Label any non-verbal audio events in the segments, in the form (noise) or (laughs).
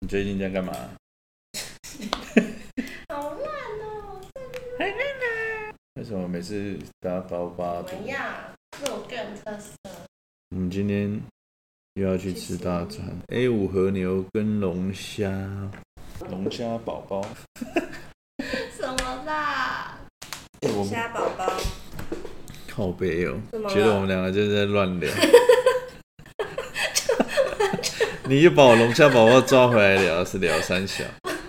你最近在干嘛？ (laughs) 好烂哦！为什么每次打包八怎么样？这种个人特 (laughs) 色。我们今天又要去吃大餐，A 五和牛跟龙虾，龙虾宝宝。什么啦？哎我们虾宝宝，靠背哦怎么，了觉得我们两个就是在乱聊。你又把我龙虾宝宝抓回来聊，是聊三小。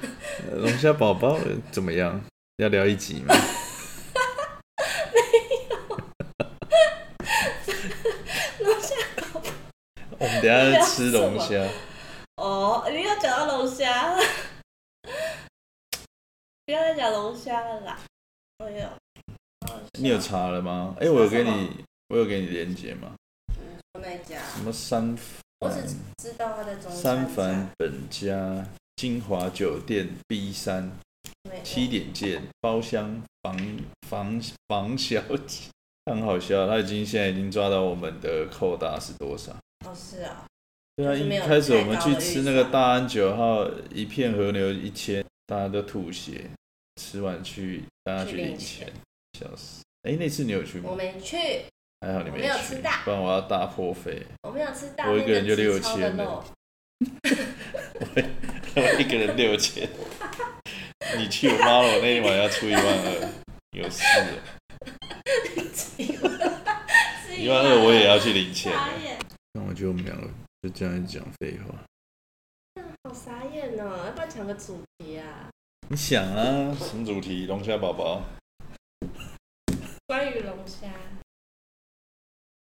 呃龙虾宝宝呃怎么样？要聊一集吗？ (laughs) 龙虾宝宝。我们等一下去吃龙虾。 (laughs) 哦，你要讲到龙虾， (laughs) 不要再讲龙虾了啦。我有，好好笑你有查了吗？哎、我有给查什你，我有给你连接吗？那一家？什么三我只藩知道它的中三番藩本家金华酒店 B 三七点见包厢房房房小姐，很好笑，他已经现在已经抓到我们的扣打是多少？哦是啊，对啊，就是一没有开始我太们高去的吃预那个算大安九号一片和牛一千，大家都吐血，吃完去大家去去领领钱钱，笑死！哎、那次你有去吗我？没去，还好你我没没有去吃到，不然我要大破费。我没有吃到我一那个人就直抽的6000了肉。 (laughs) 我 (laughs) 一个人六千，你去我妈我那一晚要出一万二，有事哦，一万二我也要去领钱傻了。眼，那我觉得我们两个就这样一直讲废话。好傻眼哦！要不要讲个主题啊？你想啊，什么主题？龙虾宝宝，关于龙虾，